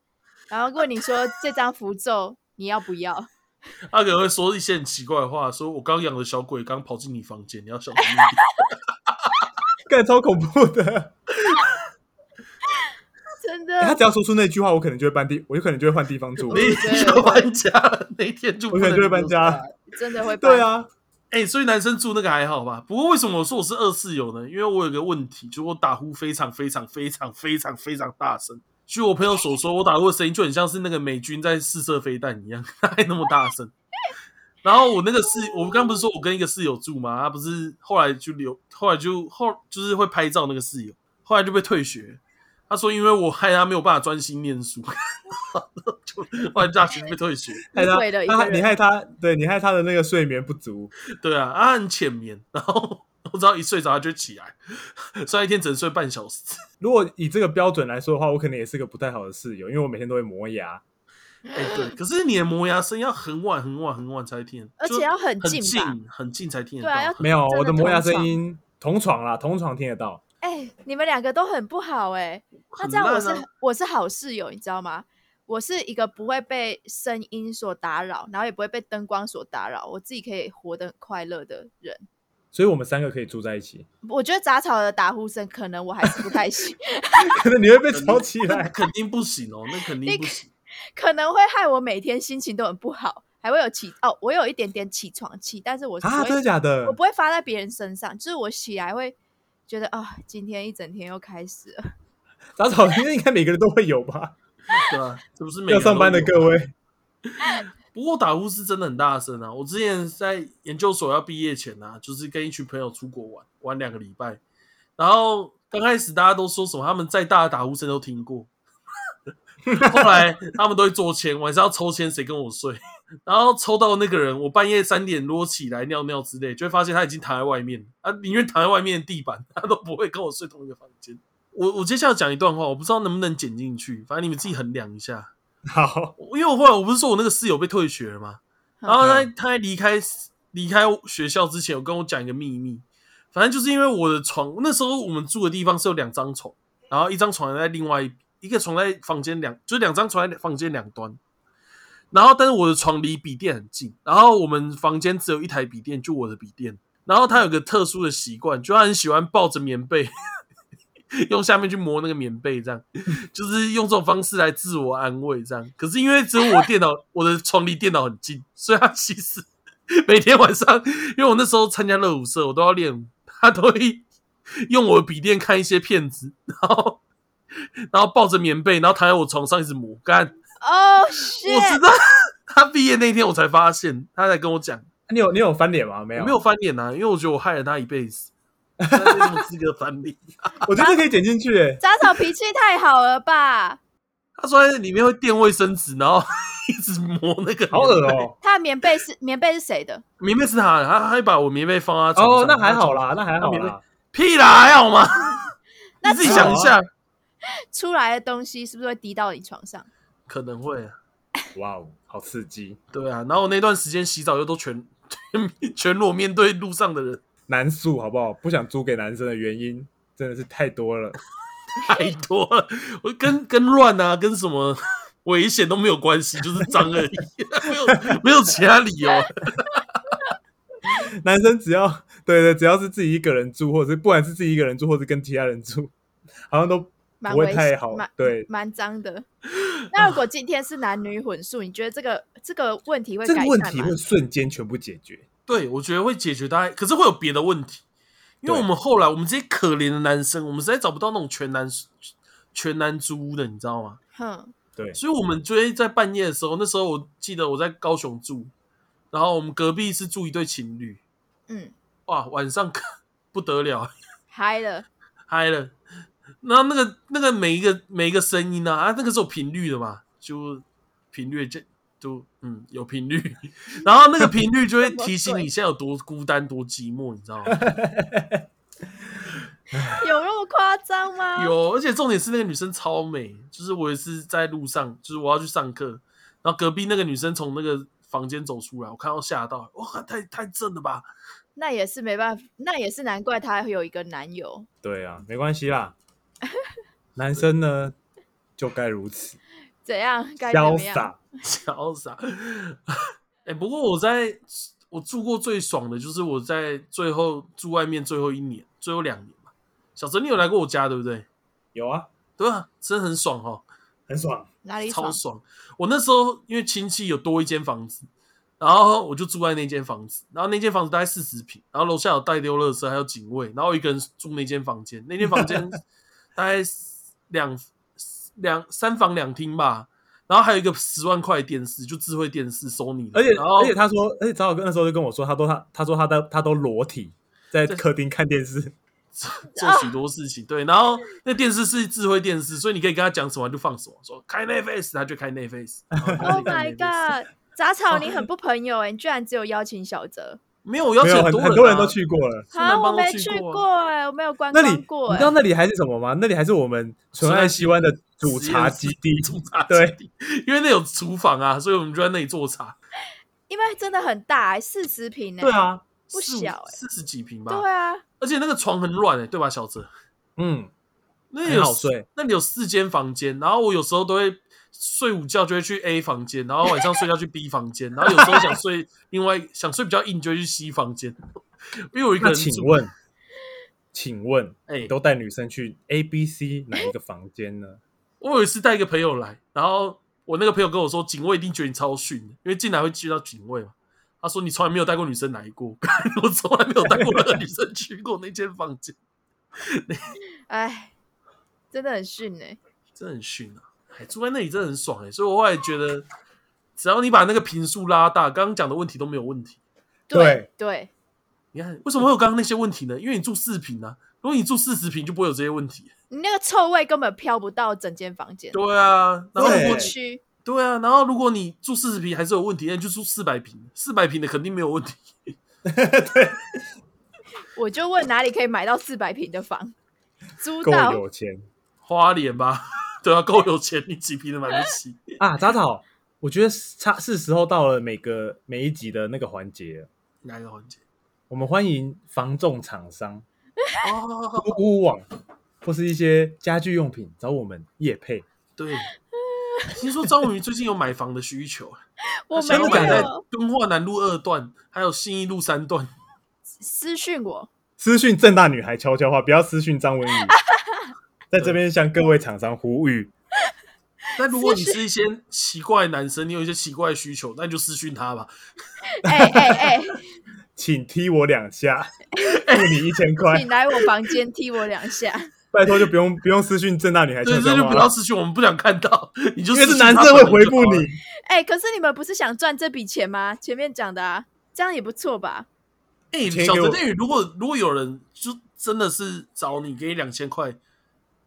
[SPEAKER 1] 然后问你说这张符咒你要不要？
[SPEAKER 2] 他可能会说一些很奇怪的话，说我刚养的小鬼刚跑进你房间，你要小心一点。
[SPEAKER 3] 干超恐怖的。
[SPEAKER 1] 真
[SPEAKER 3] 欸他
[SPEAKER 1] 的
[SPEAKER 3] 只要说出那句话，我可能就会搬地， 我有可能就会换地方住，
[SPEAKER 2] 你你就搬家了，那一天就
[SPEAKER 3] 我可能就会搬家。
[SPEAKER 2] 了。
[SPEAKER 1] 真的会
[SPEAKER 3] 对
[SPEAKER 1] 怕，
[SPEAKER 3] 啊，
[SPEAKER 2] 哎、所以男生住那个还好吧？不过为什么我说我是二室友呢？因为我有个问题，就是我打呼非常非常非常非常非常大声。据我朋友所说，我打呼的声音就很像是那个美军在试射飞弹一样， 还那么大声。然后我那个室，我刚不是说我跟一个室友住吗？他不是后来就留，后来就后就是会拍照那个室友，后来就被退学。他说因为我害他没有办法专心念书， 就后来大学就被退学。
[SPEAKER 3] 害哎他
[SPEAKER 1] 毁了一个
[SPEAKER 3] 他
[SPEAKER 1] 人
[SPEAKER 3] 你害他，对你害他的那个睡眠不足，
[SPEAKER 2] 对啊，他很浅眠， 然后我只要一睡着他就起来， 所以他一天只能睡半小时。
[SPEAKER 3] 如果以这个标准来说的话，我可能也是个不太好的室友，因为我每天都会磨牙。
[SPEAKER 2] 哎、 对，可是你的磨牙声要很晚很晚很晚才听得，
[SPEAKER 1] 而且
[SPEAKER 2] 就
[SPEAKER 1] 要很
[SPEAKER 2] 很
[SPEAKER 1] 近吧
[SPEAKER 2] 很近才听得
[SPEAKER 1] 对
[SPEAKER 2] 到。
[SPEAKER 1] 啊要
[SPEAKER 3] 没有，
[SPEAKER 1] 真的
[SPEAKER 3] 我的磨牙
[SPEAKER 1] 同
[SPEAKER 3] 声
[SPEAKER 1] 床
[SPEAKER 3] 音同床啦，同床听得到。
[SPEAKER 1] 哎、你们两个都很不好哎、那
[SPEAKER 2] 很
[SPEAKER 1] 这样我
[SPEAKER 2] 烂
[SPEAKER 1] 是
[SPEAKER 2] 啊
[SPEAKER 1] 我是好室友，你知道吗？我是一个不会被声音所打扰，然后也不会被灯光所打扰，我自己可以活得很快乐的人。
[SPEAKER 3] 所以我们三个可以住在一起，
[SPEAKER 1] 我觉得杂草的打呼声可能我还是不太行，
[SPEAKER 3] 可能你会被吵 起
[SPEAKER 2] 那
[SPEAKER 3] 来。
[SPEAKER 2] 肯定不行哦，那肯定不行。
[SPEAKER 1] 可能会害我每天心情都很不好，还会有起哦，我有一点点起床气，但是我不
[SPEAKER 3] 啊，
[SPEAKER 1] 会
[SPEAKER 3] 真的假的
[SPEAKER 1] 我？不会发在别人身上，就是我起来会觉得啊、今天一整天又开始了。
[SPEAKER 3] 杂草，因为应该每个人都会有吧？
[SPEAKER 2] 对啊，这不是每个
[SPEAKER 3] 要
[SPEAKER 2] 人
[SPEAKER 3] 上班的
[SPEAKER 2] 都有
[SPEAKER 3] 各位，
[SPEAKER 2] 不过打呼是真的很大声啊！我之前在研究所要毕业前啊，就是跟一群朋友出国玩，玩两个礼拜，然后刚开始大家都说什么他们再大的打呼声都听过， 后来他们都会做签，晚上要抽签谁跟我睡，然后抽到那个人，我半夜三点如果起来尿尿之类，就会发现他已经躺在外面，他宁愿躺在外面的地板，他都不会跟我睡同一个房间。我我接下来讲一段话，我不知道能不能剪进去，反正你们自己衡量一下。
[SPEAKER 3] 好，
[SPEAKER 2] 因为我后来我不是说我那个室友被退学了吗？然后他
[SPEAKER 3] 嗯
[SPEAKER 2] 他在离开离开学校之前，有跟我讲一个秘密，反正就是因为我的床，那时候我们住的地方是有两张床，然后一张床在另外一一个床在房间两，就是两张床在房间两端。然后，但是我的床离笔电很近，然后我们房间只有一台笔电，就我的笔电。然后他有个特殊的习惯，就他很喜欢抱着棉被， 用下面去磨那个棉被，这样就是用这种方式来自我安慰，这样。可是因为只有我电脑，我的床离电脑很近，所以他其实每天晚上，因为我那时候参加热舞社，我都要练舞，他都会用我的笔电看一些片子，然后 然后抱着棉被，然后躺在我床上一直磨干。
[SPEAKER 1] 哦、oh,
[SPEAKER 2] 我知
[SPEAKER 1] shit！
[SPEAKER 2] 道他毕业那天我才发现，他才跟我讲，
[SPEAKER 3] 你有你有翻脸吗？没有，
[SPEAKER 2] 我没有。翻脸啊，因为我觉得我害了他一辈子，他没什么资格翻脸。
[SPEAKER 3] 我觉得这可以剪进去欸耶。
[SPEAKER 1] 杂草脾气太好了吧？
[SPEAKER 2] 他说在里面会垫卫生纸，然后 一直磨那个，
[SPEAKER 3] 好恶。哦、
[SPEAKER 1] 他的棉被是棉被是谁的？
[SPEAKER 2] 棉被是他的，他他还把我棉被放在他床
[SPEAKER 3] 哦
[SPEAKER 2] 上，
[SPEAKER 3] 那还好，啦，那还好
[SPEAKER 2] 那免
[SPEAKER 3] 啦。
[SPEAKER 2] 屁啦，还好吗？
[SPEAKER 1] 那
[SPEAKER 2] 你自己想一下，
[SPEAKER 1] 出来的东西是不是会滴到你床上？
[SPEAKER 2] 可能会啊。
[SPEAKER 3] 哇哦，好刺激！
[SPEAKER 2] 对啊，然后那段时间洗澡又都全 全全裸面对路上的人
[SPEAKER 3] 男宿好不好？不想租给男生的原因真的是太多了。
[SPEAKER 2] 太多了，我跟跟乱啊，跟什么 危险都没有关系，就是脏而已， 没有没有其他理由。啊
[SPEAKER 3] 男生只要对对，只要是自己一个人住，或者是不管是自己一个人住，或者跟其他人住， 好像都
[SPEAKER 1] 蛮
[SPEAKER 3] 不会
[SPEAKER 1] 危
[SPEAKER 3] 太
[SPEAKER 1] 险
[SPEAKER 3] 好
[SPEAKER 1] 蛮
[SPEAKER 3] 对
[SPEAKER 1] 蛮脏 的。那如果今天是男女混宿，你觉得这个这个问题会
[SPEAKER 3] 这
[SPEAKER 1] 改
[SPEAKER 3] 个
[SPEAKER 1] 善
[SPEAKER 3] 问
[SPEAKER 1] 吗？
[SPEAKER 3] 题会瞬间全部解决。
[SPEAKER 2] 对，我觉得会解决大概，可是会有别的问题，因为
[SPEAKER 3] 对
[SPEAKER 2] 我们后来我们这些可怜的男生，我们实在找不到那种全男全男租屋的，你知道吗？
[SPEAKER 1] 哼，
[SPEAKER 3] 对，
[SPEAKER 2] 所以我们就会在半夜的时候，那时候我记得我在高雄住，然后我们隔壁是住一对情侣，
[SPEAKER 1] 嗯，
[SPEAKER 2] 哇，晚上不得了，
[SPEAKER 1] 嗨了，
[SPEAKER 2] 嗨了。然后那个那个每一个每一个声音呢、啊，啊，那个是有频率的嘛，就频率就就嗯有频率， 然后那个频率就会提醒你现在有多孤单、多寂寞，你知道吗？
[SPEAKER 1] 有那么夸张吗？
[SPEAKER 2] 有，而且重点是那个女生超美，就是我也是在路上，就是我要去上课，然后隔壁那个女生从那个房间走出来，我看到吓到，哇，太太正了吧！
[SPEAKER 1] 那也是没办法，那也是难怪她有一个男友。
[SPEAKER 3] 对啊，没关 系啦。男生呢，就该如此
[SPEAKER 1] 怎样？该怎
[SPEAKER 3] 潇
[SPEAKER 1] 么样？
[SPEAKER 3] 洒。
[SPEAKER 2] 潇洒。哎、不过我在我住过最爽的就是我在最后住外面最后一年，最后两年嘛。小陈，你有来过我家对不对？
[SPEAKER 3] 有啊，
[SPEAKER 2] 对啊，真的很爽哦。
[SPEAKER 3] 很爽。
[SPEAKER 1] 哪里
[SPEAKER 2] 超
[SPEAKER 1] 爽？
[SPEAKER 2] 爽！我那时候因为亲戚有多一间房子，然后我就住在那间房子，然后那间房子大概四十平，然后楼下有带丢垃圾，还有警卫，然后我一个人住那间房间，那间 房间大概两两三房两厅吧，然后还有一个十万块的电视，就智慧电视索尼的，
[SPEAKER 3] 而且
[SPEAKER 2] 然后
[SPEAKER 3] 而且他说，而且早早跟那时候就跟我说，他都他他说他都他都裸体在客厅看电视，
[SPEAKER 2] 做许多事情，对，然后那电视是智慧电视，所以你可以跟他讲什么他就放什么，说开 Netflix 他就开 Netflix 然后你就可以
[SPEAKER 1] Oh
[SPEAKER 2] 看
[SPEAKER 1] my
[SPEAKER 2] Netflix
[SPEAKER 1] god！杂草， 你很不朋友哎、你居然只有邀请小泽
[SPEAKER 2] 没有，我邀
[SPEAKER 3] 没
[SPEAKER 2] 请
[SPEAKER 3] 有很
[SPEAKER 2] 多人、啊、
[SPEAKER 3] 很多人都去过了。
[SPEAKER 2] 是南
[SPEAKER 1] 我
[SPEAKER 2] 方都
[SPEAKER 1] 没
[SPEAKER 2] 去
[SPEAKER 1] 去
[SPEAKER 2] 过啊
[SPEAKER 1] 过哎、我没有观
[SPEAKER 3] 那里
[SPEAKER 1] 光
[SPEAKER 3] 你
[SPEAKER 1] 过哎、
[SPEAKER 3] 知道那里还是什么吗？那里还是我们纯爱西湾的煮茶基地。
[SPEAKER 2] 煮茶基
[SPEAKER 3] 对
[SPEAKER 2] 地，因为那有厨房啊，所以我们就在那里做茶。
[SPEAKER 1] 因为真的很大、欸，四十平哎，
[SPEAKER 3] 对，啊，
[SPEAKER 1] 不小欸
[SPEAKER 2] 四十几平吧。
[SPEAKER 1] 对啊，
[SPEAKER 2] 而且那个床很软哎、对吧，小哲？
[SPEAKER 3] 嗯，
[SPEAKER 2] 那里
[SPEAKER 3] 很
[SPEAKER 2] 有
[SPEAKER 3] 好睡，
[SPEAKER 2] 那里有四间房间，然后我有时候都会睡午觉就会去 A 房间，然后晚上睡觉去 B 房间，然后有时候想睡 另外想睡比较硬就会去 C 房间，因为我一个
[SPEAKER 3] 那
[SPEAKER 2] 人
[SPEAKER 3] 请
[SPEAKER 2] 住。
[SPEAKER 3] 问，请问
[SPEAKER 2] 哎、
[SPEAKER 3] 你都带女生去 A、B、C 哪一个房 间呢？
[SPEAKER 2] 我有一次带一个朋友来，然后我那个朋友跟我说，警卫一定觉得你超逊的，因为进来会遇到警卫嘛。他说你从来没有带过女生来过， 我从来没有带过任何女生去过那间房间，
[SPEAKER 1] 哎，真的很逊哎、
[SPEAKER 2] 真的很逊啊！哎，住在那里真的很爽哎、所以我后来觉得，只要你把那个频数拉大，刚刚讲的问题都没有问题。
[SPEAKER 1] 对对，
[SPEAKER 2] 你看为什么会有刚刚那些问题呢？因为你住四平啊，如果你住四十平，就不会有这些问题。欸
[SPEAKER 1] 你那个臭味根本飘不到整间房间，
[SPEAKER 2] 对啊，然后如
[SPEAKER 3] 对
[SPEAKER 2] 果
[SPEAKER 1] 不
[SPEAKER 2] 你
[SPEAKER 1] 区。
[SPEAKER 2] 对啊，然后如果你住四十平还是有问题，那你就住四百平，四百平的肯定没有问题。
[SPEAKER 1] 我就问哪里可以买到四百平的 房，租
[SPEAKER 3] 够
[SPEAKER 1] 到
[SPEAKER 3] 有钱
[SPEAKER 2] 花莲吧， 对啊，够有钱，你几平都买不起。
[SPEAKER 3] 啊！杂草，我觉得是差是时候到了每个每一集的那个环节了，
[SPEAKER 2] 哪一个环节？
[SPEAKER 3] 我们欢迎房仲厂商、
[SPEAKER 2] 哦，
[SPEAKER 3] 租屋网或是一些家具用品找我们业配。
[SPEAKER 2] 对，听说张文宇最近有买房的需求，
[SPEAKER 1] 我
[SPEAKER 2] 想
[SPEAKER 1] 没
[SPEAKER 2] 要
[SPEAKER 3] 真的
[SPEAKER 2] 买
[SPEAKER 3] 假
[SPEAKER 2] 在
[SPEAKER 1] 有
[SPEAKER 3] 的
[SPEAKER 2] 敦化南路二段，还有信义路三段。
[SPEAKER 1] 私讯我，
[SPEAKER 3] 私讯正大女孩悄悄话，不要私讯 张文宇。在这边向各位厂商呼吁，
[SPEAKER 2] 但如果你是一些奇怪的男生，你有一些奇怪的需求，那你就私讯他吧。
[SPEAKER 1] 哎 哎
[SPEAKER 3] 请踢我两下，付你一千
[SPEAKER 1] 哎，
[SPEAKER 3] 块
[SPEAKER 1] 你，来我房间踢我两下，
[SPEAKER 3] 拜托就不用不用私讯正大女孩悄
[SPEAKER 2] 对，这
[SPEAKER 3] 悄
[SPEAKER 2] 就
[SPEAKER 3] 话
[SPEAKER 2] 不要
[SPEAKER 3] 了，
[SPEAKER 2] 私讯，我们不想看到。 你就
[SPEAKER 3] 因为是
[SPEAKER 2] 私讯他
[SPEAKER 3] 男生会
[SPEAKER 2] 本
[SPEAKER 3] 回
[SPEAKER 2] 人就
[SPEAKER 3] 复
[SPEAKER 2] 好了
[SPEAKER 3] 你。。
[SPEAKER 1] 哎，可是你们不是想赚这笔钱吗？前面讲的啊，这样也不错吧？
[SPEAKER 2] 哎、
[SPEAKER 3] 钱
[SPEAKER 2] 小
[SPEAKER 3] 给
[SPEAKER 2] 陈
[SPEAKER 3] 我
[SPEAKER 2] 天宇，如果如果有人就真的是找你给你两千块，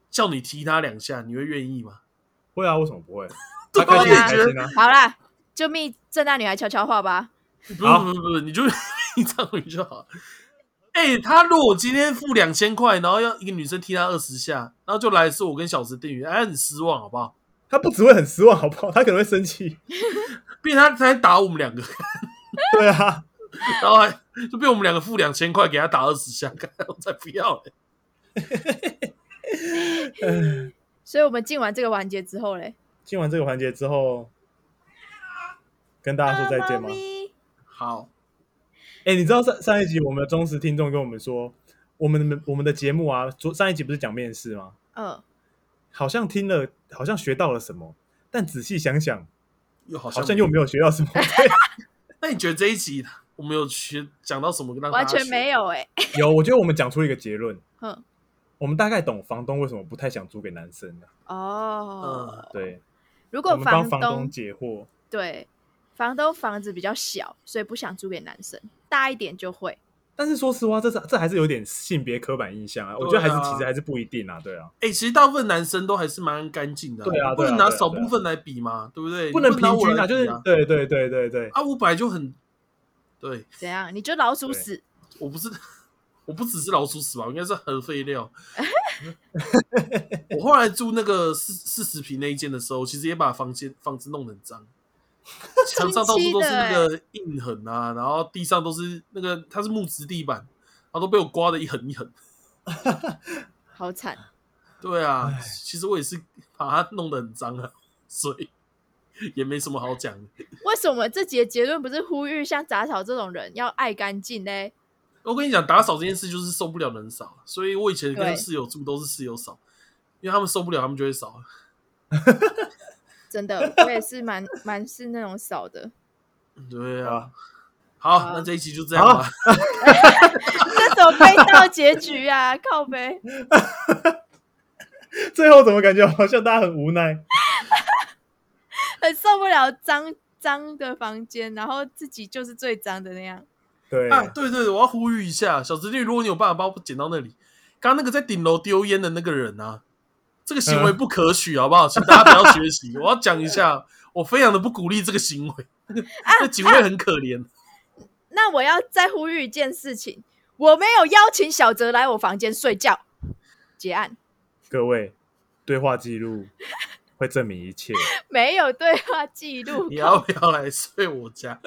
[SPEAKER 2] 叫你踢他两下，你会愿意吗？
[SPEAKER 3] 会啊，为什么不会？
[SPEAKER 2] 对
[SPEAKER 3] 他
[SPEAKER 2] 啊
[SPEAKER 3] 开心也
[SPEAKER 1] 我也
[SPEAKER 3] 开
[SPEAKER 2] 觉得
[SPEAKER 3] 心啊。
[SPEAKER 1] 好啦，就密正大女孩悄悄话吧。
[SPEAKER 2] 不
[SPEAKER 3] 好
[SPEAKER 2] 不不不，你就 你张宇就好。哎、他如果今天付两千块，然后要一个女生踢他二十下，然后就来是我跟小池定宇，哎，他很失望好不好？
[SPEAKER 3] 他不只会很失望，好不好？他可能会生气。
[SPEAKER 2] 并且他才打我们两个，
[SPEAKER 3] 对啊，
[SPEAKER 2] 然后还 就被我们两个付两千块给他打二十下，干我才不要嘞！
[SPEAKER 1] 所以我们进完这个环节之后嘞，
[SPEAKER 3] 进完这个环节之后，跟大家说再见吗
[SPEAKER 1] 啊妈？咪
[SPEAKER 2] 好，
[SPEAKER 3] 哎、你知道上上一集我们的忠实听众跟我们说，我们的我们的节目啊，昨上一集不是讲面试吗？
[SPEAKER 1] 嗯，
[SPEAKER 3] 好像听了，好像学到了什么，但仔细想想，
[SPEAKER 2] 又好
[SPEAKER 3] 好
[SPEAKER 2] 像
[SPEAKER 3] 像又没有学到什么。 对
[SPEAKER 2] 那你觉得这一集我们有学讲到什么？让大
[SPEAKER 1] 完
[SPEAKER 2] 家
[SPEAKER 1] 全
[SPEAKER 2] 学
[SPEAKER 1] 没有哎，
[SPEAKER 3] 有，我觉得我们讲出一个结论，
[SPEAKER 1] 嗯，
[SPEAKER 3] 我们大概懂房东为什么不太想租给男生了。
[SPEAKER 1] 哦，
[SPEAKER 3] 对，
[SPEAKER 1] 如
[SPEAKER 3] 嗯我
[SPEAKER 1] 果
[SPEAKER 3] 们帮房
[SPEAKER 1] 东
[SPEAKER 3] 东解惑。
[SPEAKER 1] 对，房东房子比较小，所以不想租给男生，大一点就会。
[SPEAKER 3] 但是说实话，这是这还是有点性别刻板印象啊。我觉得还是其实还是不一定啊，对啊。
[SPEAKER 2] 哎、其实大部分男生都还是蛮干净的、
[SPEAKER 3] 对啊对啊
[SPEAKER 2] 不能拿
[SPEAKER 3] 对啊
[SPEAKER 2] 少部分来比嘛，对不对？
[SPEAKER 3] 不能
[SPEAKER 2] 你拿
[SPEAKER 3] 平
[SPEAKER 2] 我
[SPEAKER 3] 均
[SPEAKER 2] 来
[SPEAKER 3] 啊，
[SPEAKER 2] 比
[SPEAKER 3] 就是
[SPEAKER 2] 啊，
[SPEAKER 3] 对对对对对，
[SPEAKER 2] 啊我本来就很，对
[SPEAKER 1] 怎样？你就老鼠
[SPEAKER 3] 对
[SPEAKER 1] 屎？
[SPEAKER 2] 我不是，我不只是老鼠屎吧，我应该是核废料。我后来住那个四四十平那一间的时候，其实也把房间房子弄得很脏，墙上到处都是那个印痕啊，然后地上都是那个它是木质地板，然后都被我刮的一痕一痕。
[SPEAKER 1] 好惨！
[SPEAKER 2] 对啊
[SPEAKER 3] 唉，
[SPEAKER 2] 其实我也是把它弄得很脏啊，所以也没什么好讲的。
[SPEAKER 1] 为什么这节结论不是呼吁像杂草这种人要爱干净呢？
[SPEAKER 2] 我跟你讲，打扫这件事就是受不了人少，所以我以前
[SPEAKER 1] 对
[SPEAKER 2] 跟室友住都是室友扫，因为他们受不了，他们就会扫。啊
[SPEAKER 1] 真 的，我也是蛮蛮是那种少的，
[SPEAKER 2] 对
[SPEAKER 3] 好啊
[SPEAKER 2] 啊，好，
[SPEAKER 1] 好
[SPEAKER 2] 那这一期就这样
[SPEAKER 3] 好
[SPEAKER 2] 吧。
[SPEAKER 1] 这种悲到结局啊， 靠呗！
[SPEAKER 3] 最后怎么感觉好像大家很无奈？
[SPEAKER 1] 很受不了脏脏的房间，然后自己就是最脏的那样。
[SPEAKER 3] 对，
[SPEAKER 2] 啊，对对对，我要呼吁一下，小侄女，如果你有办法把我捡到那里，刚刚那个在顶楼丢烟的那个人啊，这个行为
[SPEAKER 3] 嗯
[SPEAKER 2] 不可取，好不好？请大家不要学习。我要讲一下，我非常的不鼓励这个行为，那警卫很可怜。
[SPEAKER 1] 那我要再呼吁一件事情，我没有邀请小泽来我房间睡觉，结案。
[SPEAKER 3] 各位，对话记录会证明一切。
[SPEAKER 1] 没有对话记录
[SPEAKER 2] 你，要不要来睡我家？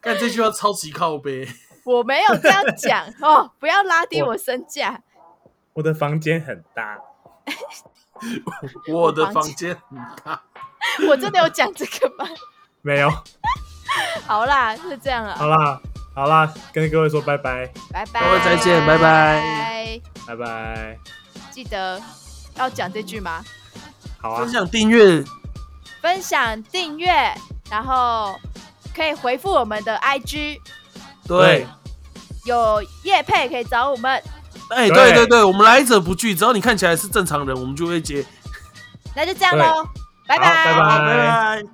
[SPEAKER 2] 看这句话超级靠背。
[SPEAKER 1] 我没有这样讲哦，不要拉低
[SPEAKER 3] 我
[SPEAKER 1] 我身价。
[SPEAKER 3] 我的房间很大，
[SPEAKER 2] 我的
[SPEAKER 1] 房
[SPEAKER 2] 房间很大，
[SPEAKER 1] 我真的有讲这个吗？
[SPEAKER 3] 没有，
[SPEAKER 1] 好啦，是这样
[SPEAKER 3] 好
[SPEAKER 1] 了，
[SPEAKER 3] 啦，好啦，跟各位说拜拜，
[SPEAKER 1] 拜
[SPEAKER 2] 各
[SPEAKER 1] 拜，
[SPEAKER 2] 位再见拜拜。
[SPEAKER 3] 拜拜。
[SPEAKER 1] 记得要讲这句吗？
[SPEAKER 3] 好啊
[SPEAKER 2] 分，享订阅
[SPEAKER 1] 分享、订阅，然后可以回复我们的 IG，
[SPEAKER 2] 对，
[SPEAKER 1] 有叶配可以找我们，
[SPEAKER 2] 哎，对
[SPEAKER 3] 对
[SPEAKER 2] 对对，我们来者不拒，只要你看起来是正常人，我们就会接。
[SPEAKER 1] 那就这样喽，拜
[SPEAKER 3] 好拜
[SPEAKER 2] 好，拜拜。